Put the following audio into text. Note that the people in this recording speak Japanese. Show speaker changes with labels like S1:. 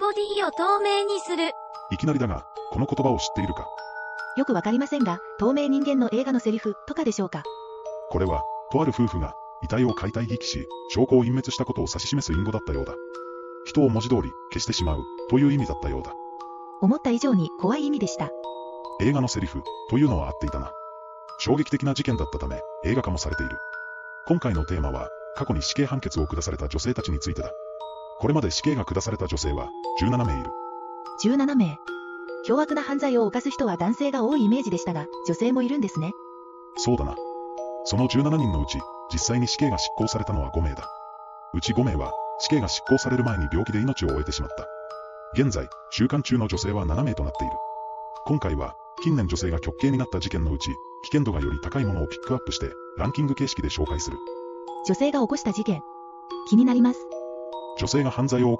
S1: DOD を透明にする。
S2: いきなりだが、この言葉を知っているか
S3: よくわかりませんが、透明人間の映画のセリフとかでしょうか。
S2: これは、とある夫婦が、遺体を解体遺棄し、証拠を隠滅したことを指し示す隠語だったようだ。人を文字通り、消してしまう、という意味だったようだ。
S3: 思った以上に怖い意味でした。
S2: 映画のセリフ、というのは合っていたな。衝撃的な事件だったため、映画化もされている。今回のテーマは、過去に死刑判決を下された女性たちについてだ。これまで死刑が下された女性は、17名いる。
S3: 17名。凶悪な犯罪を犯す人は男性が多いイメージでしたが、女性もいるんですね。
S2: そうだな。その17人のうち、実際に死刑が執行されたのは5名だ。うち5名は、死刑が執行される前に病気で命を終えてしまった。現在、収監中の女性は7名となっている。今回は、近年女性が極刑になった事件のうち、危険度がより高いものをピックアップして、ランキング形式で紹介する。
S3: 女性が起こした事件。気になります。
S2: 女性が犯罪を犯